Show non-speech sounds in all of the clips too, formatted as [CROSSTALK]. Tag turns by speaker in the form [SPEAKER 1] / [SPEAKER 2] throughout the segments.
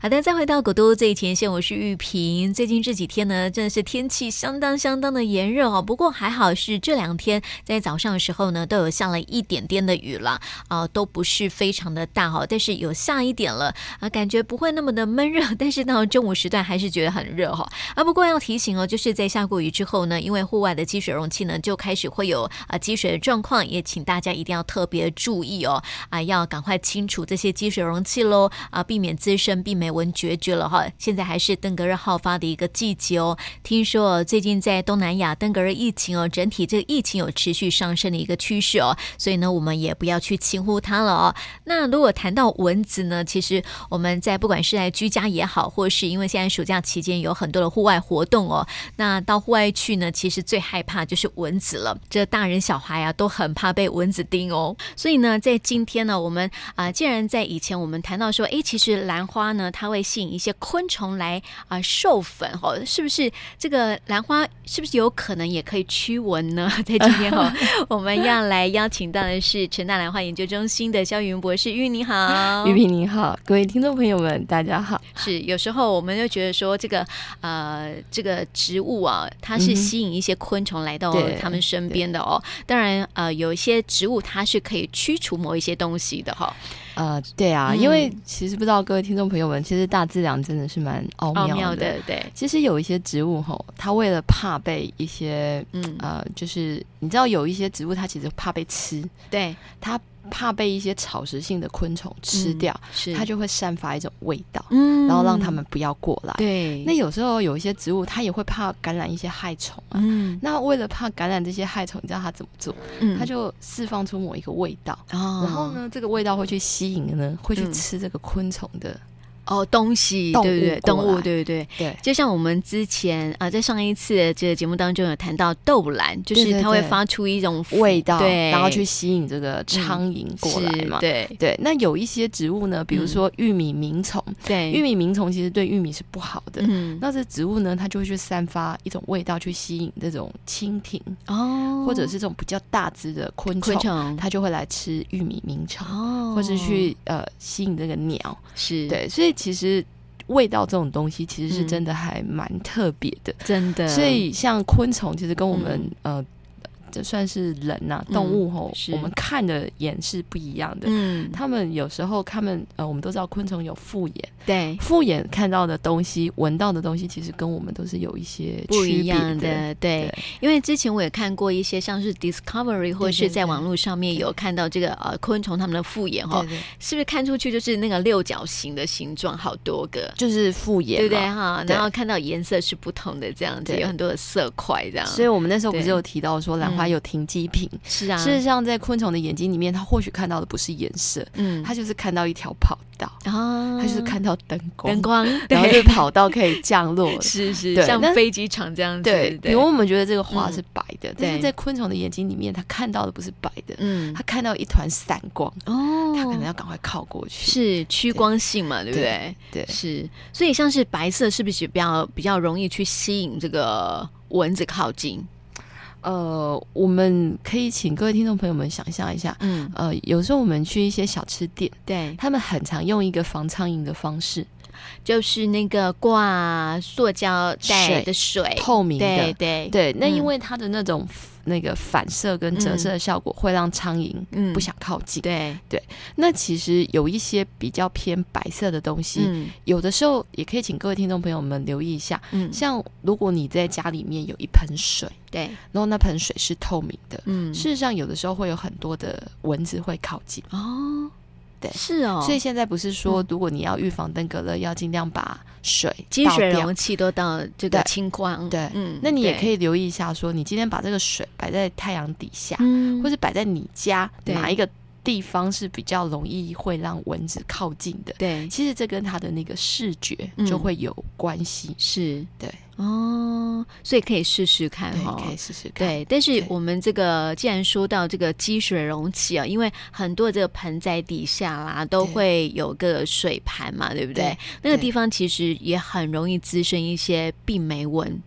[SPEAKER 1] 好的，再回到古都最前线，我是玉萍。最近这几天呢，真的是天气相当相当的炎热哦。不过还好是这两天在早上的时候呢，都有下了一点点的雨了，啊、都不是非常的大哈、哦，但是有下一点了啊、感觉不会那么的闷热。 [LAUGHS] 但是到中午时段还是觉得很热哈、啊，不过要提醒哦，就是在下过雨之后呢，因为户外的积水容器呢就开始会有啊积水的状况，也请大家一定要特别注意哦，啊要赶快清除这些积水容器喽，啊避免滋生，避免蚊绝绝了哈。现在还是登革热好发的一个季节哦，听说哦最近在东南亚登革热疫情哦，整体这个疫情有持续上升的一个趋势哦，所以呢我们也不要去轻忽它了哦。那如果谈到蚊子呢，其实我们在不管是在居家也好，或是因为现在暑假期间有很多的户外活动哦，那到户外去呢，其实最害怕就是蚊子了。这大人小孩啊都很怕被蚊子叮哦。所以呢，在今天呢，我们啊、既然在以前我们谈到说，诶，其实兰花呢，它会吸引一些昆虫来啊、授粉哦，是不是？这个兰花是不是有可能也可以驱蚊呢？ [LAUGHS] 在今天哦，我们要来邀请到的是成大兰花研究中心的肖云博士，玉你好，
[SPEAKER 2] [LAUGHS] 雨萍你好，各位听众朋友们，大家好。
[SPEAKER 1] 是，有时候我们就觉得说，这个呃，这个植物啊，它是
[SPEAKER 2] 嗯哼
[SPEAKER 1] 吸引一些昆虫来到
[SPEAKER 2] 对
[SPEAKER 1] 它们身边的哦。当然，呃，有一些植物它是可以驱除某一些东西的哈、
[SPEAKER 2] 呃，对啊，
[SPEAKER 1] 嗯
[SPEAKER 2] 因为其实不知道各位听众朋友们，其实大自然真的是蛮奥
[SPEAKER 1] 奥
[SPEAKER 2] 妙的。
[SPEAKER 1] 哦妙的，对，
[SPEAKER 2] 其实有一些植物吼，它为了怕被一些
[SPEAKER 1] 嗯，
[SPEAKER 2] 呃，就是你知道有一些植物它其实怕被吃，
[SPEAKER 1] 对，
[SPEAKER 2] 它
[SPEAKER 1] 嗯
[SPEAKER 2] 怕被一些草食性的昆虫吃掉，
[SPEAKER 1] 是，
[SPEAKER 2] 它就会散发一种味道，
[SPEAKER 1] 嗯
[SPEAKER 2] 然后让它们不要过来。
[SPEAKER 1] 对，
[SPEAKER 2] 那有时候有一些植物它也会怕感染一些害虫啊。
[SPEAKER 1] 嗯
[SPEAKER 2] 那为了怕感染这些害虫，你知道它怎么做？
[SPEAKER 1] 嗯，
[SPEAKER 2] 它就释放出某一个味道，
[SPEAKER 1] 哦，
[SPEAKER 2] 然后呢，这个味道会去吸引呢，会去
[SPEAKER 1] 嗯
[SPEAKER 2] 吃这个昆虫的。
[SPEAKER 1] 哦，东西，
[SPEAKER 2] 动
[SPEAKER 1] 对不
[SPEAKER 2] 物
[SPEAKER 1] 对？
[SPEAKER 2] 过
[SPEAKER 1] 动物，
[SPEAKER 2] 来
[SPEAKER 1] 对不对？
[SPEAKER 2] 对
[SPEAKER 1] 就像我们之前啊、呃在上一次这个节目当中有谈到豆兰，就
[SPEAKER 2] 对
[SPEAKER 1] 是
[SPEAKER 2] 对
[SPEAKER 1] 它会
[SPEAKER 2] 对
[SPEAKER 1] 发出一种
[SPEAKER 2] 味道，
[SPEAKER 1] 对，
[SPEAKER 2] 然后去吸引这个苍蝇过来
[SPEAKER 1] 是
[SPEAKER 2] 嘛。
[SPEAKER 1] 对
[SPEAKER 2] 嗯对，嗯那有一些植物呢，比如说玉米鸣虫，
[SPEAKER 1] 对，
[SPEAKER 2] 玉米鸣虫其实对玉米是不好的。
[SPEAKER 1] 嗯
[SPEAKER 2] 那这植物呢，它就会去散发一种味道，去吸引这种蜻蜓，
[SPEAKER 1] 哦，
[SPEAKER 2] 或者是这种比较大只的昆虫，
[SPEAKER 1] 昆虫，
[SPEAKER 2] 它就会来吃玉米鸣虫，
[SPEAKER 1] 哦，
[SPEAKER 2] 或是去呃吸引这个鸟。
[SPEAKER 1] 是，，
[SPEAKER 2] 对，所以其实味道这种东西，其实是
[SPEAKER 1] 嗯
[SPEAKER 2] 真的还蛮特别的。
[SPEAKER 1] 真的，
[SPEAKER 2] 所以像昆虫，其实跟我们、呃，这算是人呐、
[SPEAKER 1] 嗯
[SPEAKER 2] 动物吼，
[SPEAKER 1] 是
[SPEAKER 2] 我们看的眼是不一样的。
[SPEAKER 1] 嗯，
[SPEAKER 2] 他们有时候，他们呃，我们都知道昆虫有复眼，
[SPEAKER 1] 对。
[SPEAKER 2] 复眼看到的东西、闻到的东西，其实跟我们都是有一些
[SPEAKER 1] 不
[SPEAKER 2] 区
[SPEAKER 1] 一
[SPEAKER 2] 别
[SPEAKER 1] 样
[SPEAKER 2] 的。
[SPEAKER 1] 的，对
[SPEAKER 2] 对，
[SPEAKER 1] 因为之前我也看过一些像是 Discovery 或是
[SPEAKER 2] 对
[SPEAKER 1] 在
[SPEAKER 2] 对
[SPEAKER 1] 网络上面有看到这个呃昆虫它们的复眼哈
[SPEAKER 2] 对，对，
[SPEAKER 1] 是不是看出去就是那个六角形的形状好多个，
[SPEAKER 2] 就是复眼，
[SPEAKER 1] 对不对？哈？
[SPEAKER 2] 对
[SPEAKER 1] 然后看到颜色是不同的，这样子
[SPEAKER 2] 对
[SPEAKER 1] 有很多的色块这样，
[SPEAKER 2] 所以我们那时候不
[SPEAKER 1] 对
[SPEAKER 2] 是有提到说，兰花
[SPEAKER 1] 嗯
[SPEAKER 2] 有停机坪。
[SPEAKER 1] 是啊，
[SPEAKER 2] 事实上，在昆虫的眼睛里面，它或许看到的不是颜色，
[SPEAKER 1] 嗯，
[SPEAKER 2] 它就是看到一条跑道，
[SPEAKER 1] 啊，
[SPEAKER 2] 它就是看到灯光，
[SPEAKER 1] 灯
[SPEAKER 2] [LAUGHS]
[SPEAKER 1] 光，
[SPEAKER 2] 然后这
[SPEAKER 1] 对，
[SPEAKER 2] 跑道可以降落，
[SPEAKER 1] 是是，[LAUGHS]
[SPEAKER 2] 对
[SPEAKER 1] 像
[SPEAKER 2] 那
[SPEAKER 1] 飞机场这样子，
[SPEAKER 2] 对，比如我们觉得这个花是白的，
[SPEAKER 1] 嗯
[SPEAKER 2] 但
[SPEAKER 1] 对
[SPEAKER 2] 是在昆虫的眼睛里面，它看到的不是白的，
[SPEAKER 1] 嗯，
[SPEAKER 2] 它看到一团散光，
[SPEAKER 1] 哦，
[SPEAKER 2] 它可能要赶快靠过去。
[SPEAKER 1] 是趋光性嘛，对不对
[SPEAKER 2] 对？对，
[SPEAKER 1] 是，所以像是白色是不是比较比较容易去吸引这个蚊子靠近？
[SPEAKER 2] 呃，我们可以请各位听众朋友们想象一下，
[SPEAKER 1] 嗯，
[SPEAKER 2] 呃，有时候我们去一些小吃店，
[SPEAKER 1] 对，
[SPEAKER 2] 他们很常用一个防苍蝇的方式，
[SPEAKER 1] 就是那个挂塑胶袋
[SPEAKER 2] 水
[SPEAKER 1] 的水，
[SPEAKER 2] 透明
[SPEAKER 1] 哎对
[SPEAKER 2] 的，
[SPEAKER 1] 对，
[SPEAKER 2] 对，那
[SPEAKER 1] 嗯
[SPEAKER 2] 因为它的那种。那个反射跟折射的效果会让苍蝇
[SPEAKER 1] 嗯
[SPEAKER 2] 不想靠近。
[SPEAKER 1] 对，
[SPEAKER 2] 那其实有一些比较偏白色的东西，
[SPEAKER 1] 嗯
[SPEAKER 2] 有的时候也可以请各位听众朋友们留意一下，
[SPEAKER 1] 嗯，
[SPEAKER 2] 像如果你在家里面有一盆水，
[SPEAKER 1] 对，
[SPEAKER 2] 然后那盆水是透明的，
[SPEAKER 1] 嗯
[SPEAKER 2] 事实上有的时候会有很多的蚊子会靠近。
[SPEAKER 1] 哦，
[SPEAKER 2] 对
[SPEAKER 1] 是哦，
[SPEAKER 2] 所以现在不是说
[SPEAKER 1] 嗯，
[SPEAKER 2] 如果你要预防登革热，要尽量把水
[SPEAKER 1] 积水
[SPEAKER 2] 倒掉
[SPEAKER 1] 容器都到这个
[SPEAKER 2] 对
[SPEAKER 1] 清光，
[SPEAKER 2] 对
[SPEAKER 1] 嗯
[SPEAKER 2] 那你也可
[SPEAKER 1] 以，
[SPEAKER 2] 以留意一下，说你今天把这个水摆在太阳底下，
[SPEAKER 1] 嗯
[SPEAKER 2] 或者摆在你家
[SPEAKER 1] 对
[SPEAKER 2] 哪一个地方是比较容易会让蚊子靠近的。
[SPEAKER 1] 对，
[SPEAKER 2] 其实这跟它的那个视觉就
[SPEAKER 1] 嗯
[SPEAKER 2] 会有关系，
[SPEAKER 1] 是，
[SPEAKER 2] 对
[SPEAKER 1] 哦，所以可以试试看
[SPEAKER 2] 对，
[SPEAKER 1] 哈，
[SPEAKER 2] 可以试试
[SPEAKER 1] 嗯
[SPEAKER 2] 看。
[SPEAKER 1] 对，但是
[SPEAKER 2] 对
[SPEAKER 1] 我们这个既然说到这个积水容器啊，因为很多这个盆栽底下啦都
[SPEAKER 2] 对
[SPEAKER 1] 会有个水盘嘛，对不对？
[SPEAKER 2] 对
[SPEAKER 1] 那个
[SPEAKER 2] 对
[SPEAKER 1] 地方其实也很容易滋生一些病媒蚊。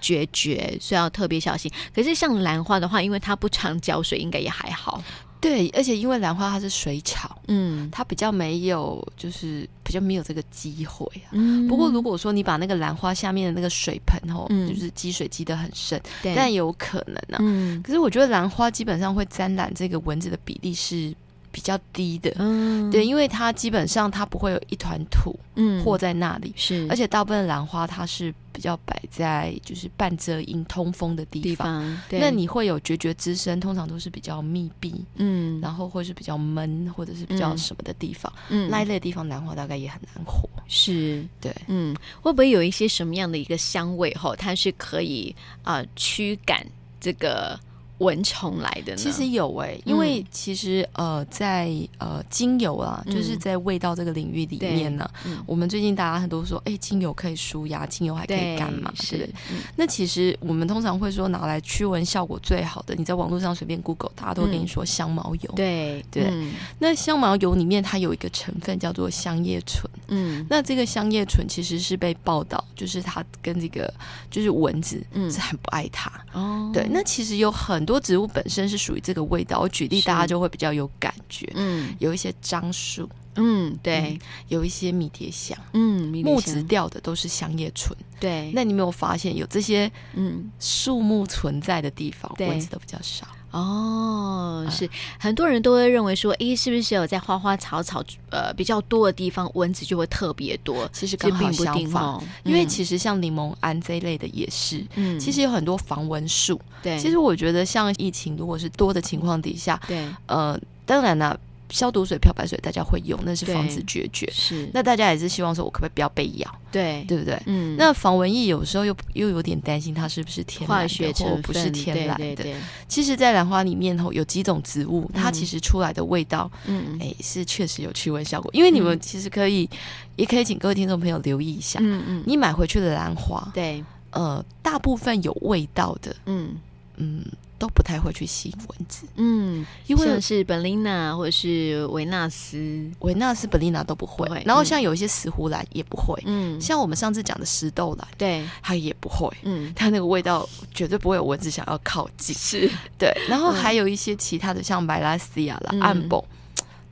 [SPEAKER 1] 决绝，所以要特别小心。可是像兰花的话，因为它不常浇水，应该也还好。
[SPEAKER 2] 对，而且因为兰花它是水草，
[SPEAKER 1] 嗯
[SPEAKER 2] 它比较没有，就是比较没有这个机会啊。
[SPEAKER 1] 嗯
[SPEAKER 2] 不过如果说你把那个兰花下面的那个水盆哦，
[SPEAKER 1] 嗯
[SPEAKER 2] 就是积水积得很深，
[SPEAKER 1] 对
[SPEAKER 2] 但有可能啊。
[SPEAKER 1] 嗯
[SPEAKER 2] 可是我觉得兰花基本上会沾染这个蚊子的比例是比较低的，
[SPEAKER 1] 嗯
[SPEAKER 2] 对，因为它基本上它不会有一团土
[SPEAKER 1] 嗯
[SPEAKER 2] 和在那里，
[SPEAKER 1] 是
[SPEAKER 2] 而且大部分的兰花它是比较摆在就是半遮阴通风的地
[SPEAKER 1] 地
[SPEAKER 2] 方。
[SPEAKER 1] 方，对
[SPEAKER 2] 那你会有决绝之声，通常都是比较密闭，
[SPEAKER 1] 嗯
[SPEAKER 2] 然后或是比较闷，或者是比较
[SPEAKER 1] 嗯
[SPEAKER 2] 什么的地方，
[SPEAKER 1] 嗯
[SPEAKER 2] 那一类的地方兰花大概也很难活。
[SPEAKER 1] 是
[SPEAKER 2] 对，
[SPEAKER 1] 嗯，会不会有一些什么样的一个香味吼，它是可以啊、呃驱赶这个蚊虫来的呢？
[SPEAKER 2] 其实有诶、因为
[SPEAKER 1] 嗯
[SPEAKER 2] 其实呃，在呃精油啊，
[SPEAKER 1] 嗯
[SPEAKER 2] 就是在味道这个领域里面呢、
[SPEAKER 1] 嗯
[SPEAKER 2] 我们最近大家很多说，哎、精油可以舒压，精油还可以
[SPEAKER 1] 对
[SPEAKER 2] 干嘛？对
[SPEAKER 1] 是
[SPEAKER 2] 不对？那其实我们通常会说拿来驱蚊效果最好的，你在网络上随便 Google，大家都会跟你说香茅油。
[SPEAKER 1] 嗯对
[SPEAKER 2] 对
[SPEAKER 1] 嗯
[SPEAKER 2] 那香茅油里面它有一个成分叫做香叶醇，
[SPEAKER 1] 嗯
[SPEAKER 2] 那这个香叶醇其实是被报道，就是它跟这个就是蚊子
[SPEAKER 1] 嗯
[SPEAKER 2] 是很不爱它。
[SPEAKER 1] 哦
[SPEAKER 2] 对，那其实有很多植物本身是属于这个味道。我举例，
[SPEAKER 1] 是
[SPEAKER 2] 大家就会比较有感觉。
[SPEAKER 1] 嗯
[SPEAKER 2] 有一些樟树，
[SPEAKER 1] 嗯对
[SPEAKER 2] 有一些迷迭香，
[SPEAKER 1] 嗯迷迭
[SPEAKER 2] 木
[SPEAKER 1] 香
[SPEAKER 2] 质调的都是香叶醇。
[SPEAKER 1] 对
[SPEAKER 2] 那你有没有发现，有这些
[SPEAKER 1] 嗯
[SPEAKER 2] 树木存在的地方，
[SPEAKER 1] 对
[SPEAKER 2] 蚊子都比较少？
[SPEAKER 1] 哦，
[SPEAKER 2] 呃
[SPEAKER 1] 是很多人都会认为说，诶，是不是有在花花草草呃比较多的地方，蚊子就会特别多？
[SPEAKER 2] 其实
[SPEAKER 1] 这
[SPEAKER 2] 刚好
[SPEAKER 1] 并不
[SPEAKER 2] 相
[SPEAKER 1] 定
[SPEAKER 2] 反，
[SPEAKER 1] 哦，
[SPEAKER 2] 因为
[SPEAKER 1] 嗯
[SPEAKER 2] 其实像柠檬桉这一类的也是。
[SPEAKER 1] 嗯
[SPEAKER 2] 其实有很多防蚊术。
[SPEAKER 1] 对，
[SPEAKER 2] 其实我觉得，像疫情如果是多的情况底下，
[SPEAKER 1] 对
[SPEAKER 2] 呃，当然啦、消毒水、漂白水大家会用，那是
[SPEAKER 1] 对
[SPEAKER 2] 防止决绝。
[SPEAKER 1] 是
[SPEAKER 2] 那大家也是希望说，我可不可以不要被咬，
[SPEAKER 1] 对
[SPEAKER 2] 对不对？
[SPEAKER 1] 嗯
[SPEAKER 2] 那防蚊液有时候又又有点担心它是不是天然
[SPEAKER 1] 化学
[SPEAKER 2] 的
[SPEAKER 1] 成
[SPEAKER 2] 或
[SPEAKER 1] 分
[SPEAKER 2] 不是天然
[SPEAKER 1] 对
[SPEAKER 2] 的。
[SPEAKER 1] 对对，
[SPEAKER 2] 其实，在兰花里面吼有几种植物，它
[SPEAKER 1] 嗯
[SPEAKER 2] 其实出来的味道，
[SPEAKER 1] 嗯
[SPEAKER 2] 哎、是确实有驱蚊效果。因为你们
[SPEAKER 1] 嗯
[SPEAKER 2] 其实可以，也可以请各位听众朋友留意一下，
[SPEAKER 1] 嗯嗯，
[SPEAKER 2] 你买回去的兰花，
[SPEAKER 1] 对，
[SPEAKER 2] 呃，大部分有味道的，
[SPEAKER 1] 嗯
[SPEAKER 2] 嗯，都不太会去吸引蚊子，
[SPEAKER 1] 嗯，
[SPEAKER 2] 因为
[SPEAKER 1] 像是本琳娜或者是维纳斯，
[SPEAKER 2] 维纳斯、本丽娜都不会。
[SPEAKER 1] 不会
[SPEAKER 2] 然后
[SPEAKER 1] 嗯
[SPEAKER 2] 像有一些石斛兰也不会，
[SPEAKER 1] 嗯，
[SPEAKER 2] 像我们上次讲的石豆兰，
[SPEAKER 1] 对，
[SPEAKER 2] 它也不会。
[SPEAKER 1] 嗯
[SPEAKER 2] 它那个味道绝对不会有蚊子想要靠近，
[SPEAKER 1] 是，
[SPEAKER 2] 对。然后还有一些其他的，像马来西亚啦
[SPEAKER 1] 嗯、
[SPEAKER 2] 暗泵、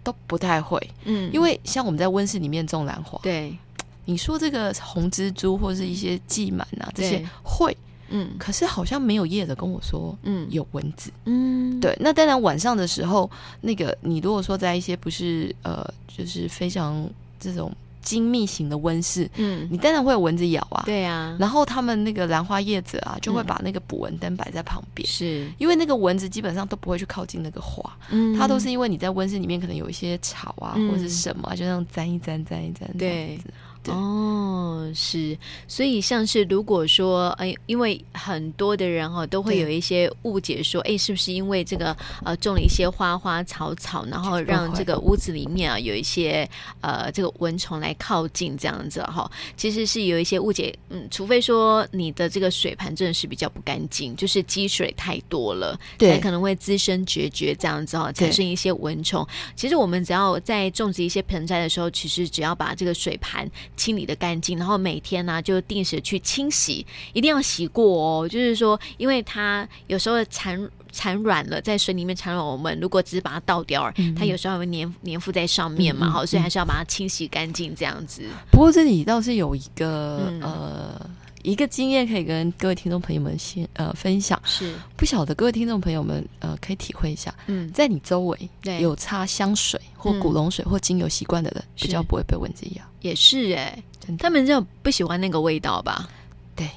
[SPEAKER 2] 都不太会，
[SPEAKER 1] 嗯，
[SPEAKER 2] 因为像我们在温室里面种兰花，
[SPEAKER 1] 对
[SPEAKER 2] 你说这个红蜘蛛或是一些蓟螨啊这
[SPEAKER 1] 对
[SPEAKER 2] 些会，
[SPEAKER 1] 嗯
[SPEAKER 2] 可是好像没有业者跟我说
[SPEAKER 1] 嗯
[SPEAKER 2] 有蚊子。
[SPEAKER 1] 嗯
[SPEAKER 2] 对，那当然晚上的时候，那个你如果说在一些不是呃，就是非常这种精密型的温室，
[SPEAKER 1] 嗯
[SPEAKER 2] 你当然会有蚊子咬啊。
[SPEAKER 1] 对啊，
[SPEAKER 2] 然后他们那个兰花叶子啊，就会
[SPEAKER 1] 嗯
[SPEAKER 2] 把那个捕蚊灯摆在旁边。
[SPEAKER 1] 是，
[SPEAKER 2] 因为那个蚊子基本上都不会去靠近那个花，
[SPEAKER 1] 嗯
[SPEAKER 2] 它都是因为你在温室里面可能有一些草啊、
[SPEAKER 1] 嗯
[SPEAKER 2] 或者是什么啊，就那种沾一沾、沾一沾。沾一
[SPEAKER 1] 对
[SPEAKER 2] 沾对
[SPEAKER 1] 哦，是，所以像是如果说，哎，因为很多的人哈、哦、都会
[SPEAKER 2] 对
[SPEAKER 1] 有一些误解，说，哎，是不是因为这个呃种了一些花花草草，然后让
[SPEAKER 2] 会
[SPEAKER 1] 这个屋子里面啊有一些呃这个蚊虫来靠近这样子哈、其实是有一些误解，嗯，除非说你的这个水盘真的是比较不干净，就是积水太多了，才
[SPEAKER 2] 对
[SPEAKER 1] 可能会滋生决绝这样子哦，产
[SPEAKER 2] 对
[SPEAKER 1] 生一些蚊虫。其实我们只要在种植一些盆栽的时候，其实只要把这个水盘清理的干净，然后每天呢、就定时去清洗，一定要洗过哦。就是说，因为它有时候产产卵了，在水里面产卵，我们如果只是把它倒掉了，
[SPEAKER 2] 嗯
[SPEAKER 1] 它有时候还会粘粘附在上面嘛，
[SPEAKER 2] 嗯嗯
[SPEAKER 1] 好，所以还是要把它清洗干净这样子。
[SPEAKER 2] 不过这里倒是有一个、
[SPEAKER 1] 嗯
[SPEAKER 2] 呃一个经验可以跟各位听众朋友们先呃分享，
[SPEAKER 1] 是，
[SPEAKER 2] 不晓得各位听众朋友们呃可以体会一下，
[SPEAKER 1] 嗯，
[SPEAKER 2] 在你周围
[SPEAKER 1] 对，嗯
[SPEAKER 2] 有擦香水或古龙水或精油习惯的人，
[SPEAKER 1] 是
[SPEAKER 2] 比较不会被蚊子咬。
[SPEAKER 1] 也是哎、
[SPEAKER 2] 真的
[SPEAKER 1] 他们就不喜欢那个味道吧？
[SPEAKER 2] 对，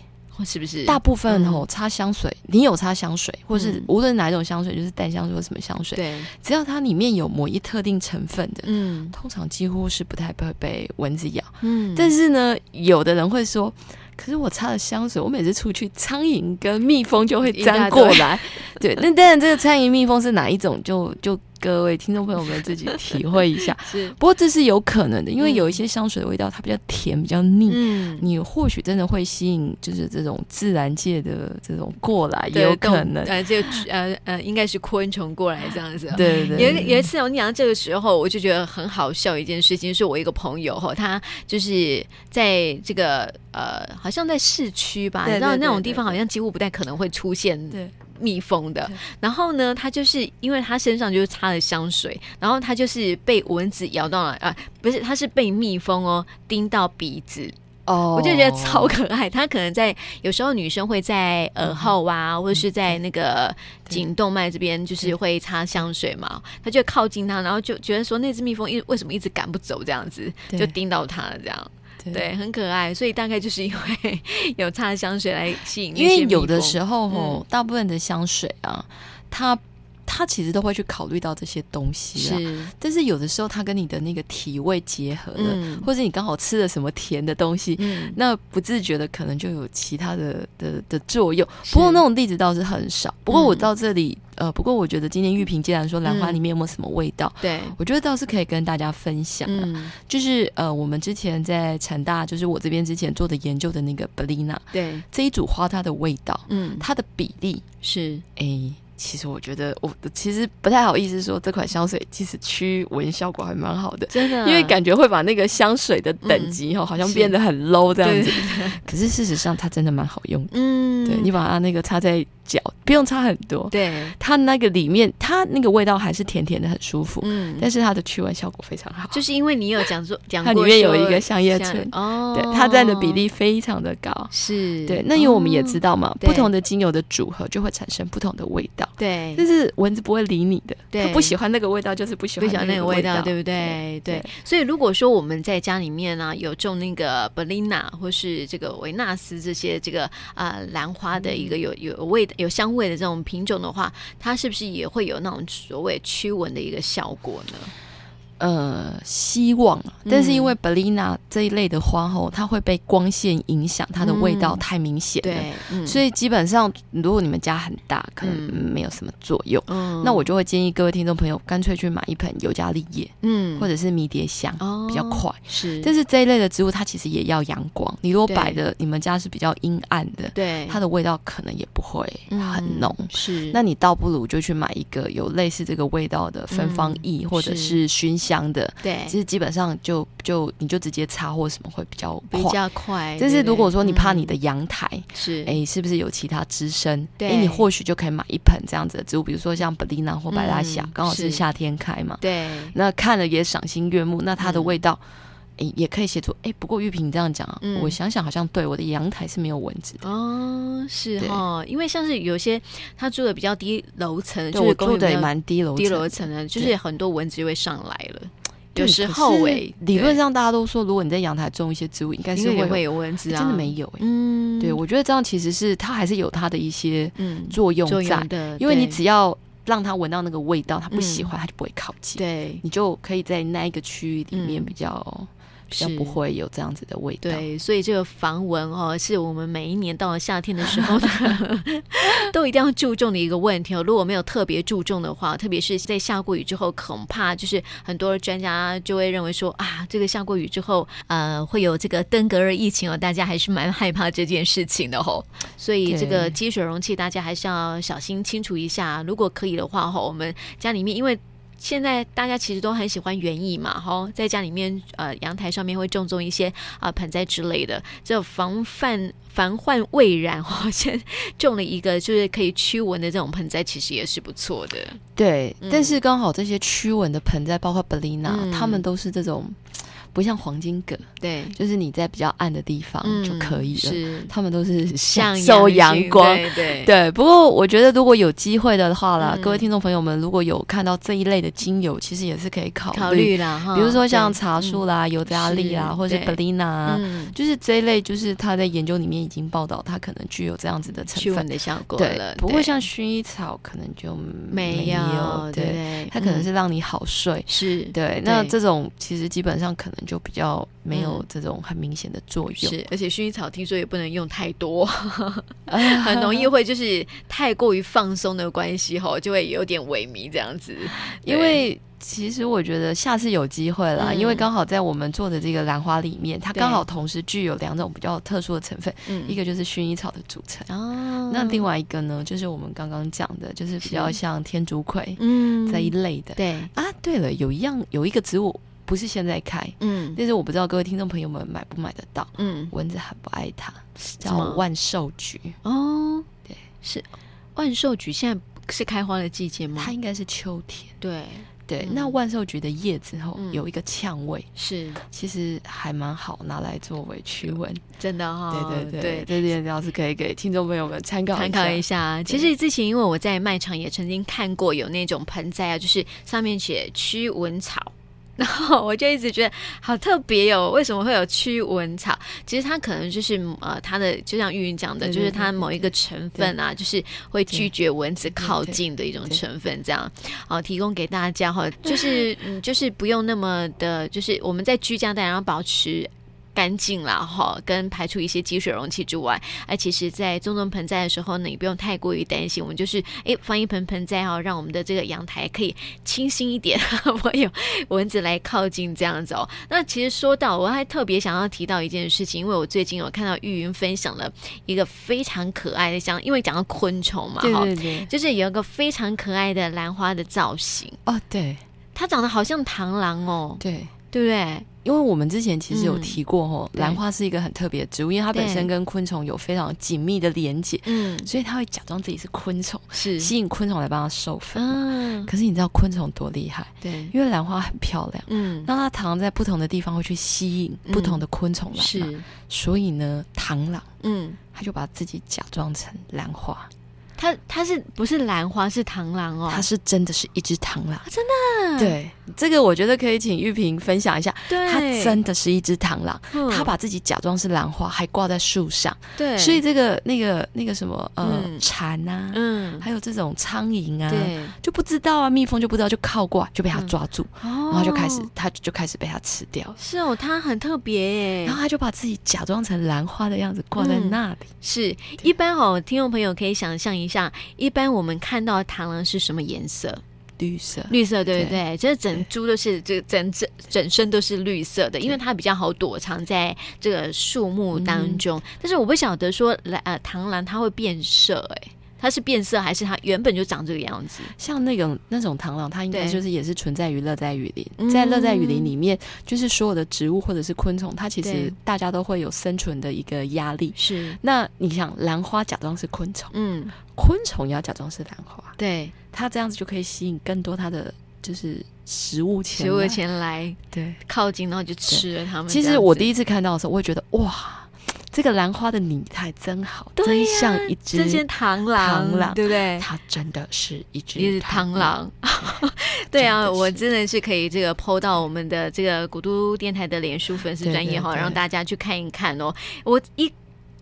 [SPEAKER 1] 是不是？
[SPEAKER 2] 大部分哦，擦香水，你有擦香水，或是
[SPEAKER 1] 嗯
[SPEAKER 2] 无论哪一种香水，就是淡香水或什么香水，
[SPEAKER 1] 对，
[SPEAKER 2] 只要它里面有某一特定成分的，
[SPEAKER 1] 嗯
[SPEAKER 2] 通常几乎是不太会被蚊子咬。
[SPEAKER 1] 嗯，
[SPEAKER 2] 但是呢，有的人会说。可是我擦了香水，我每次出去，苍蝇跟蜜蜂就会
[SPEAKER 1] 一大堆
[SPEAKER 2] 粘过来。 [LAUGHS] 对，那当然，这个苍蝇、蜜蜂是哪一种，就就各位听众朋友们自己体会
[SPEAKER 1] [LAUGHS]
[SPEAKER 2] 一下。
[SPEAKER 1] 是，
[SPEAKER 2] 不过这是有可能的，因为
[SPEAKER 1] 嗯
[SPEAKER 2] 有一些香水的味道它比较甜，比较腻，
[SPEAKER 1] 嗯，
[SPEAKER 2] 你或许真的会吸引就是这种自然界的这种过来，也
[SPEAKER 1] 对
[SPEAKER 2] 有
[SPEAKER 1] 动
[SPEAKER 2] 可能。
[SPEAKER 1] 呃，这个呃呃，应该是昆虫过来这样子。
[SPEAKER 2] 对对
[SPEAKER 1] 有
[SPEAKER 2] 对
[SPEAKER 1] 一个有一次，我讲到这个时候，我就觉得很好笑一件事情，是我一个朋友哈，他就是在这个呃，好像在市区吧，
[SPEAKER 2] 对
[SPEAKER 1] 你知道
[SPEAKER 2] 对对
[SPEAKER 1] 那种
[SPEAKER 2] 对
[SPEAKER 1] 地方好像几乎不太可能会出现
[SPEAKER 2] 对
[SPEAKER 1] 密封的
[SPEAKER 2] 对。
[SPEAKER 1] 然后呢，他就是因为他身上就是擦了香水，然后他就是被蚊子咬到了啊，不是，他是被蜜蜂哦叮到鼻子，
[SPEAKER 2] 哦
[SPEAKER 1] 我就觉得超可爱。她可能在有时候女生会在
[SPEAKER 2] 嗯
[SPEAKER 1] 耳后啊，或者是在那个
[SPEAKER 2] 对
[SPEAKER 1] 颈动脉这边，就是
[SPEAKER 2] 对
[SPEAKER 1] 会擦香水嘛。她就靠近它，然后就觉得说那只蜜蜂一为什么一直赶不走这样子，
[SPEAKER 2] 对
[SPEAKER 1] 就叮到它了这样。
[SPEAKER 2] 对
[SPEAKER 1] 对，很可爱。所以大概就是因为 [LAUGHS] 有擦香水来吸引那
[SPEAKER 2] 因
[SPEAKER 1] 些蜜蜂，
[SPEAKER 2] 为有的时候哦，
[SPEAKER 1] 嗯
[SPEAKER 2] 大部分的香水啊，它它其实都会去考虑到这些东西啊。
[SPEAKER 1] 是
[SPEAKER 2] 但是有的时候它跟你的那个体味结合了，
[SPEAKER 1] 嗯
[SPEAKER 2] 或者你刚好吃了什么甜的东西， [LAUGHS]
[SPEAKER 1] 嗯
[SPEAKER 2] 那不自觉的可能就有其他的的的作用。
[SPEAKER 1] 是
[SPEAKER 2] 不过那种例子倒是很少。不过我
[SPEAKER 1] 嗯
[SPEAKER 2] 到这里，呃，不过我觉得今天玉萍既然说兰花
[SPEAKER 1] 嗯
[SPEAKER 2] 里面有没有什么味道，
[SPEAKER 1] 对，
[SPEAKER 2] 我觉得倒是可以跟大家分享、啊。
[SPEAKER 1] 嗯
[SPEAKER 2] 就是呃，我们之前在产大，就是我这边之前做的研究的那个 Belina
[SPEAKER 1] 对，
[SPEAKER 2] 这一组花，它的味道，
[SPEAKER 1] 嗯
[SPEAKER 2] 它的比例，
[SPEAKER 1] 是
[SPEAKER 2] 诶，其实我觉得我其实不太好意思说这款香水其实驱蚊效果还蛮好的。
[SPEAKER 1] 真的，
[SPEAKER 2] 因为感觉会把那个香水的等级哦，好像
[SPEAKER 1] 嗯是
[SPEAKER 2] 变得很 low 这
[SPEAKER 1] 对
[SPEAKER 2] 样子。可是事实上，它真的蛮好用的。
[SPEAKER 1] 嗯
[SPEAKER 2] 对你把它那个擦在脚，不用擦很多，
[SPEAKER 1] 对
[SPEAKER 2] 它那个里面它那个味道还是甜甜的，很舒服。
[SPEAKER 1] 嗯
[SPEAKER 2] 但是它的驱蚊效果非常好，
[SPEAKER 1] 就是因为你有讲
[SPEAKER 2] [LAUGHS]
[SPEAKER 1] 说讲
[SPEAKER 2] 它
[SPEAKER 1] 过
[SPEAKER 2] 里面有
[SPEAKER 1] 说
[SPEAKER 2] 一个香叶
[SPEAKER 1] 像
[SPEAKER 2] 醇，
[SPEAKER 1] 哦，
[SPEAKER 2] 对它占的比例非常的高。
[SPEAKER 1] 是哦
[SPEAKER 2] 对，那因为我们也知
[SPEAKER 1] 道，
[SPEAKER 2] 道嘛，
[SPEAKER 1] 对
[SPEAKER 2] 不同的精油的组合就会产生不同的味道。
[SPEAKER 1] 对，
[SPEAKER 2] 但是蚊子不会理你的，
[SPEAKER 1] 对
[SPEAKER 2] 它不喜欢那个味道，就是不喜
[SPEAKER 1] 不
[SPEAKER 2] 欢
[SPEAKER 1] 喜欢那
[SPEAKER 2] 个
[SPEAKER 1] 个
[SPEAKER 2] 味
[SPEAKER 1] 味道，对不对？对，所以如果说我们在家里面呢、有种那个 Belina 或是这个维纳斯这些这个啊、呃兰花的一个有有味的有香味的这种品种的话，它是不是也会有那种所谓驱蚊的一个效果呢？
[SPEAKER 2] 呃，希望啊，但是
[SPEAKER 1] 嗯
[SPEAKER 2] 因为 Belina 这一类的花吼，它会被光线影响，它的味道
[SPEAKER 1] 嗯
[SPEAKER 2] 太明显了，
[SPEAKER 1] 对，嗯，
[SPEAKER 2] 所
[SPEAKER 1] 以
[SPEAKER 2] 以基本上如果你们家很大，可能没有什么作用。
[SPEAKER 1] 嗯
[SPEAKER 2] 那我就会建议各位听众朋友，干脆去买一盆尤加利叶
[SPEAKER 1] 嗯
[SPEAKER 2] 或者是迷迭香，
[SPEAKER 1] 哦
[SPEAKER 2] 比较快。
[SPEAKER 1] 是，
[SPEAKER 2] 但
[SPEAKER 1] 是
[SPEAKER 2] 是这一类的植物，它其实也要阳光。你如果
[SPEAKER 1] 对
[SPEAKER 2] 摆的你们家是比较阴暗的，
[SPEAKER 1] 对
[SPEAKER 2] 它的味道可能也不会很浓。
[SPEAKER 1] 嗯是
[SPEAKER 2] 那你倒不如就去买一个有类似这个味道的芬
[SPEAKER 1] 嗯
[SPEAKER 2] 芳液，或者是熏香的，
[SPEAKER 1] 对
[SPEAKER 2] 其实基本上就就你就直接擦或什么会比较快
[SPEAKER 1] 比。较快，
[SPEAKER 2] 但是
[SPEAKER 1] 对不
[SPEAKER 2] 如果
[SPEAKER 1] 对
[SPEAKER 2] 说你怕你
[SPEAKER 1] 嗯
[SPEAKER 2] 的阳台，
[SPEAKER 1] 是
[SPEAKER 2] 哎、是不是有其他枝生？
[SPEAKER 1] 对
[SPEAKER 2] 哎，你或许就可以买一盆这样子的植物，比如说像本丽娜或白拉夏
[SPEAKER 1] 嗯，
[SPEAKER 2] 刚、好
[SPEAKER 1] 是
[SPEAKER 2] 是夏天开嘛，
[SPEAKER 1] 对，
[SPEAKER 2] 那看了也赏心悦目，那它的
[SPEAKER 1] 嗯
[SPEAKER 2] 味道。哎也可以写出哎，不过玉萍你这样讲啊，
[SPEAKER 1] 嗯
[SPEAKER 2] 我想想好像对，我的阳台是没有蚊子的。
[SPEAKER 1] 哦，是
[SPEAKER 2] 对
[SPEAKER 1] 哦，因为像是有些他住的比较低楼层，
[SPEAKER 2] 对
[SPEAKER 1] 就
[SPEAKER 2] 我
[SPEAKER 1] 是公
[SPEAKER 2] 住
[SPEAKER 1] 寓
[SPEAKER 2] 的
[SPEAKER 1] 比
[SPEAKER 2] 也
[SPEAKER 1] 较
[SPEAKER 2] 蛮低楼
[SPEAKER 1] 低
[SPEAKER 2] 层
[SPEAKER 1] 楼
[SPEAKER 2] 的
[SPEAKER 1] 层的，就是
[SPEAKER 2] 对
[SPEAKER 1] 很多蚊子就会上来了。
[SPEAKER 2] 对
[SPEAKER 1] 有时
[SPEAKER 2] 可
[SPEAKER 1] 候
[SPEAKER 2] 是
[SPEAKER 1] 诶，
[SPEAKER 2] 理论
[SPEAKER 1] 对
[SPEAKER 2] 上大家都说，如果你在阳台种一些植物，应该
[SPEAKER 1] 应
[SPEAKER 2] 是
[SPEAKER 1] 该
[SPEAKER 2] 会
[SPEAKER 1] 也
[SPEAKER 2] 有
[SPEAKER 1] 会有蚊子
[SPEAKER 2] 诶
[SPEAKER 1] 啊，
[SPEAKER 2] 真的没有、欸。
[SPEAKER 1] 嗯，
[SPEAKER 2] 对，我觉得这样其实是它还是有它的一些
[SPEAKER 1] 嗯
[SPEAKER 2] 作用
[SPEAKER 1] 作
[SPEAKER 2] 在
[SPEAKER 1] 用，的，
[SPEAKER 2] 因为你
[SPEAKER 1] 对
[SPEAKER 2] 只要让它闻到那个味道，它不喜
[SPEAKER 1] 嗯
[SPEAKER 2] 欢，它就不会靠近，
[SPEAKER 1] 对
[SPEAKER 2] 你就可以在那一个区域里面
[SPEAKER 1] 嗯
[SPEAKER 2] 比较、比
[SPEAKER 1] 是
[SPEAKER 2] 较不会有这样子的味道。
[SPEAKER 1] 对，所以这个防蚊哦，是我们每一年到了夏天的时候呢，
[SPEAKER 2] [LAUGHS]
[SPEAKER 1] 都一定要注重的一个问题哦。如果没有特别注重的话，特别是在下过雨之后，恐怕就是很多专家就会认为说啊，这个下过雨之后，呃，会有这个登革热疫情哦，大家还是蛮害怕这件事情的哦吼、所以这个
[SPEAKER 2] 对
[SPEAKER 1] 积水容器大家还是要小心清除一下，如果可以的话吼、我们家里面因为现在大家其实都很喜欢园艺嘛，哈，在家里面呃阳台上面会种种一些啊、盆栽之类的，这防范防患未然，哦， [LAUGHS] 先种了一个就是可以驱蚊的这种盆栽，其实也是不错的。
[SPEAKER 2] 对
[SPEAKER 1] 嗯
[SPEAKER 2] 但是刚好这些驱蚊的盆栽，包括 Belina，、
[SPEAKER 1] 嗯
[SPEAKER 2] 它们都是这种不像黄金葛，
[SPEAKER 1] 对，
[SPEAKER 2] 就是你在比较暗的地方就可以了。
[SPEAKER 1] 嗯是
[SPEAKER 2] 它们都是享
[SPEAKER 1] 像
[SPEAKER 2] 受阳光，
[SPEAKER 1] 对对
[SPEAKER 2] [LAUGHS] 对，不过我觉得如果有机会的话啦，
[SPEAKER 1] 哎嗯
[SPEAKER 2] 各位听众朋友们，如果有看到这一类的精油，其实也是可以考虑，
[SPEAKER 1] 嗯考虑啦哈，
[SPEAKER 2] 比如说像
[SPEAKER 1] 对
[SPEAKER 2] 茶树啦、尤加利啦，
[SPEAKER 1] 是
[SPEAKER 2] 或者
[SPEAKER 1] 对
[SPEAKER 2] Belina，啊、
[SPEAKER 1] 嗯
[SPEAKER 2] 就是这一类，就是它在研究里面已经报道，它可能具有这样子的
[SPEAKER 1] 驱
[SPEAKER 2] 成
[SPEAKER 1] 蚊
[SPEAKER 2] 分。
[SPEAKER 1] 的效果了
[SPEAKER 2] 对，，不过
[SPEAKER 1] 对
[SPEAKER 2] 像薰衣草可能就
[SPEAKER 1] 没
[SPEAKER 2] 有，
[SPEAKER 1] 对不
[SPEAKER 2] 对，
[SPEAKER 1] 对，
[SPEAKER 2] 它可能
[SPEAKER 1] 嗯
[SPEAKER 2] 是让你好睡。
[SPEAKER 1] 是
[SPEAKER 2] 对，那
[SPEAKER 1] 对
[SPEAKER 2] 这种其实基本上可能就比较没有
[SPEAKER 1] 嗯
[SPEAKER 2] 这种很明显的作用，
[SPEAKER 1] 是， [LAUGHS] 而且薰衣草听说也不能用太多。
[SPEAKER 2] 很
[SPEAKER 1] 很容易会就是太过于放松的关系吼，就会有点萎靡这样子。对
[SPEAKER 2] 因为其实我觉得下次有机会啦，
[SPEAKER 1] 嗯
[SPEAKER 2] 因为刚好在我们做的这个兰花里面，它
[SPEAKER 1] 对
[SPEAKER 2] 刚好同时具有两种比较特殊的成分，
[SPEAKER 1] 嗯
[SPEAKER 2] 一个就是薰衣草的组成，
[SPEAKER 1] 哦，
[SPEAKER 2] 那另外一个呢，就是我们刚刚讲的，就是比较
[SPEAKER 1] 是
[SPEAKER 2] 像天竺葵
[SPEAKER 1] 嗯
[SPEAKER 2] 这一类的。
[SPEAKER 1] 对
[SPEAKER 2] 啊，对了，有一样有一个植物不是现在开，
[SPEAKER 1] 嗯
[SPEAKER 2] 但是我不知道各位听众朋友们买不买得到，
[SPEAKER 1] 嗯
[SPEAKER 2] 蚊子很不爱它，
[SPEAKER 1] 什
[SPEAKER 2] 叫
[SPEAKER 1] 么
[SPEAKER 2] 万寿菊。
[SPEAKER 1] 哦
[SPEAKER 2] 对
[SPEAKER 1] 是万寿菊现在是开花的季节吗
[SPEAKER 2] 它？应该是秋天。
[SPEAKER 1] 对，
[SPEAKER 2] 对，
[SPEAKER 1] 嗯
[SPEAKER 2] 那万寿菊的叶子吼、
[SPEAKER 1] 嗯
[SPEAKER 2] 有一个呛味，
[SPEAKER 1] 是
[SPEAKER 2] 其实还蛮好拿来作为驱蚊。
[SPEAKER 1] 真的哈、
[SPEAKER 2] 对对
[SPEAKER 1] 对
[SPEAKER 2] 哦对，这点倒是可以给听众朋友们参考
[SPEAKER 1] 参考一下。其实之前因为我在卖场也曾经看过有那种盆栽啊，就是上面写驱蚊草。然后我就一直觉得好特别哦，为什么会有驱蚊草？其实它可能就是呃，它的就像玉云讲的，
[SPEAKER 2] 对对
[SPEAKER 1] 就是它某一个成分啊，就是会拒绝蚊子靠近的一种
[SPEAKER 2] 嗯对对
[SPEAKER 1] 成分，这样哦、提供给大家
[SPEAKER 2] [LAUGHS]
[SPEAKER 1] 哈、就是嗯，就是不用那么的，就是我们在居家当然要保持干净啦哈、跟排除一些积水容器之外，哎，其实，在种种盆栽的时候呢，也不用太过于担心，我们就是哎放一盆盆栽哈、让我们的这个阳台可以清新一点， [LAUGHS] 不会有蚊子来靠近这样子哦。那其实说到，我还特别想要提到一件事情，因为我最近有看到玉云分享了一个非常可爱的像，因为讲到昆虫嘛哈。
[SPEAKER 2] 对对对，
[SPEAKER 1] 就是有一个非常可爱的兰花的造型，
[SPEAKER 2] 哦对
[SPEAKER 1] 它长得好像螳螂哦，
[SPEAKER 2] 对。
[SPEAKER 1] 对不对？
[SPEAKER 2] 因为我们之前其实有
[SPEAKER 1] 嗯
[SPEAKER 2] 提过吼，
[SPEAKER 1] 对
[SPEAKER 2] 兰花是一个很特别的植物，因为它本
[SPEAKER 1] 对
[SPEAKER 2] 身跟昆虫有非常紧密的连接，
[SPEAKER 1] 嗯，
[SPEAKER 2] 所以它会假装自己是昆虫，
[SPEAKER 1] 是，
[SPEAKER 2] 吸引昆虫来帮它授粉。
[SPEAKER 1] 嗯，
[SPEAKER 2] 可是你知道昆虫多厉害？
[SPEAKER 1] 对，
[SPEAKER 2] 因为兰花很漂亮，
[SPEAKER 1] 嗯，
[SPEAKER 2] 那它常常在不同的地方会去吸引不同的昆虫来嘛，
[SPEAKER 1] 是，
[SPEAKER 2] 所以呢，螳螂
[SPEAKER 1] 嗯，
[SPEAKER 2] 它就把自己假装成兰花，
[SPEAKER 1] 它它是不是兰花是螳螂哦？
[SPEAKER 2] 它是真的是一只螳螂。
[SPEAKER 1] 真
[SPEAKER 2] 的对，嗯这个我觉得可以请玉萍分享一下，
[SPEAKER 1] 对，
[SPEAKER 2] 它真的是一只螳螂，
[SPEAKER 1] 嗯，
[SPEAKER 2] 它把自己假装是兰花，还挂在树上。
[SPEAKER 1] 对，
[SPEAKER 2] 所以这个那个那个什么呃
[SPEAKER 1] 嗯
[SPEAKER 2] 蝉啊，
[SPEAKER 1] 嗯，
[SPEAKER 2] 还有这种苍蝇啊，
[SPEAKER 1] 对，
[SPEAKER 2] 就不知道啊，蜜蜂就不知道就靠过来就被它
[SPEAKER 1] 嗯
[SPEAKER 2] 抓住，
[SPEAKER 1] 哦
[SPEAKER 2] 然后就开始它就就开始被它吃掉了。
[SPEAKER 1] 是哦，它很特别耶
[SPEAKER 2] 然。后它就把自己假装成兰花的样子挂在
[SPEAKER 1] 嗯
[SPEAKER 2] 那里，
[SPEAKER 1] 是一般哦，听众朋友可以想象一下，一般我们看到的螳螂是什么颜色？
[SPEAKER 2] 绿色。
[SPEAKER 1] 绿色，对不
[SPEAKER 2] 呃
[SPEAKER 1] 对？
[SPEAKER 2] 对
[SPEAKER 1] 这整株都是这整整整身都是绿色的，因为它比较好躲藏在这个树木当中。
[SPEAKER 2] 嗯
[SPEAKER 1] 但是我不晓得说，来呃，螳螂它会变色、欸，它是变色还是它原本就长这个样子？
[SPEAKER 2] 像那种那种螳螂，它应该
[SPEAKER 1] 对
[SPEAKER 2] 就是也是存在于热带雨林，
[SPEAKER 1] 嗯
[SPEAKER 2] 在热带雨林里面，就是所有的植物或者是昆虫，它其实
[SPEAKER 1] 对
[SPEAKER 2] 大家都会有生存的一个压力。
[SPEAKER 1] 是，
[SPEAKER 2] 那你想，兰花假装是昆虫，
[SPEAKER 1] 嗯，
[SPEAKER 2] 昆虫也要假装是兰花，
[SPEAKER 1] 对，
[SPEAKER 2] 它这样子就可以吸引更多它的就是食物前
[SPEAKER 1] 十
[SPEAKER 2] 来
[SPEAKER 1] 五前来
[SPEAKER 2] 对。
[SPEAKER 1] 靠近，然后就吃了它们这
[SPEAKER 2] 其
[SPEAKER 1] 样子。
[SPEAKER 2] 实我第一次看到的时候，我会觉得哇，这个兰花的拟态真好，
[SPEAKER 1] 对
[SPEAKER 2] 真
[SPEAKER 1] 呀
[SPEAKER 2] 像一只
[SPEAKER 1] 这些螳螂，
[SPEAKER 2] 螳螂
[SPEAKER 1] 对不对？
[SPEAKER 2] 它真的是一只
[SPEAKER 1] 也是螳。螂， [LAUGHS] 对
[SPEAKER 2] 真
[SPEAKER 1] 啊，
[SPEAKER 2] 的是
[SPEAKER 1] 我真的是可以这个 PO 到我们的这个古都电台的脸书粉丝专业哈，
[SPEAKER 2] 对对对
[SPEAKER 1] 让大家去看一看哦。我一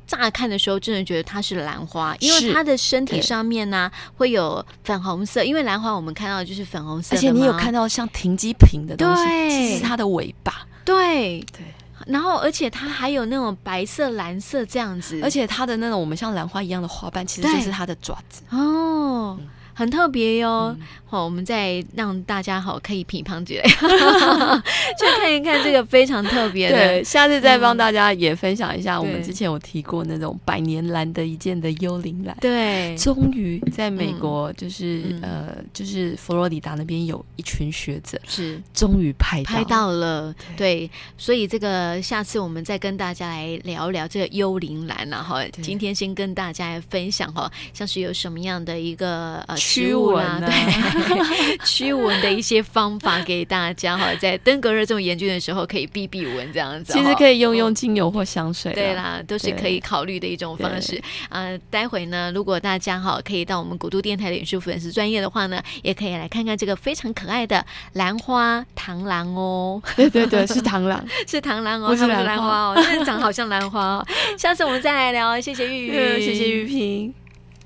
[SPEAKER 1] 乍看的时候，真的觉得它是兰花，因为
[SPEAKER 2] 是
[SPEAKER 1] 它的身体
[SPEAKER 2] 对
[SPEAKER 1] 上面呢、会有粉红色，因为兰花我们看到的就是粉红色
[SPEAKER 2] 而
[SPEAKER 1] 的
[SPEAKER 2] 且你有
[SPEAKER 1] 嘛
[SPEAKER 2] 看到像停机坪的东西，
[SPEAKER 1] 对
[SPEAKER 2] 其实是它的尾巴，
[SPEAKER 1] 对，
[SPEAKER 2] 对，
[SPEAKER 1] 然后而且它还有那种白色、蓝色这样子，
[SPEAKER 2] 而且它的那种我们像兰花一样的花瓣，其实
[SPEAKER 1] 对
[SPEAKER 2] 就是它的爪子。
[SPEAKER 1] 哦。很特别哟，
[SPEAKER 2] 嗯
[SPEAKER 1] 好、我们再让大家好可以品尝
[SPEAKER 2] [LAUGHS]
[SPEAKER 1] 起来，去看一看这个非常特别的
[SPEAKER 2] 对，下次再帮大家也分享一下，我们
[SPEAKER 1] 对
[SPEAKER 2] 之前有提过那种百年兰得一见的幽灵兰，
[SPEAKER 1] 对，
[SPEAKER 2] 终于在美国，就是、
[SPEAKER 1] 嗯
[SPEAKER 2] 呃，就是佛罗里达那边有一群学者，
[SPEAKER 1] 是
[SPEAKER 2] 终于拍
[SPEAKER 1] 拍
[SPEAKER 2] 到
[SPEAKER 1] 到了，对，所以这个下次我们再跟大家来聊聊这个幽灵兰然后
[SPEAKER 2] 对
[SPEAKER 1] 今天先跟大家来分享哈，像是有什么样的一个呃
[SPEAKER 2] 驱
[SPEAKER 1] 植物
[SPEAKER 2] 蚊
[SPEAKER 1] 啦，
[SPEAKER 2] 啊
[SPEAKER 1] 对， [LAUGHS] 驱蚊的一些方法给大家哈，在登革热这么严峻的时候可以避避蚊这样子哈，
[SPEAKER 2] 其实可以用用精油或香水。
[SPEAKER 1] 哦对，啦，都是可以考虑的一种方式。呃，待会呢，如果大家哈可以到我们古都电台脸书粉丝专业的话呢，也可以来看看这个非常可爱的兰花螳螂哦，
[SPEAKER 2] [LAUGHS]
[SPEAKER 1] [LAUGHS]
[SPEAKER 2] 对对对，是螳螂。
[SPEAKER 1] 是螳螂哦，
[SPEAKER 2] 不是
[SPEAKER 1] 它不是
[SPEAKER 2] 兰
[SPEAKER 1] 兰
[SPEAKER 2] 花
[SPEAKER 1] [LAUGHS] [LAUGHS] 花哦，真的长得好像兰花哦。下次我们再来聊，谢谢玉
[SPEAKER 2] 嗯
[SPEAKER 1] 玉，
[SPEAKER 2] 谢谢玉萍。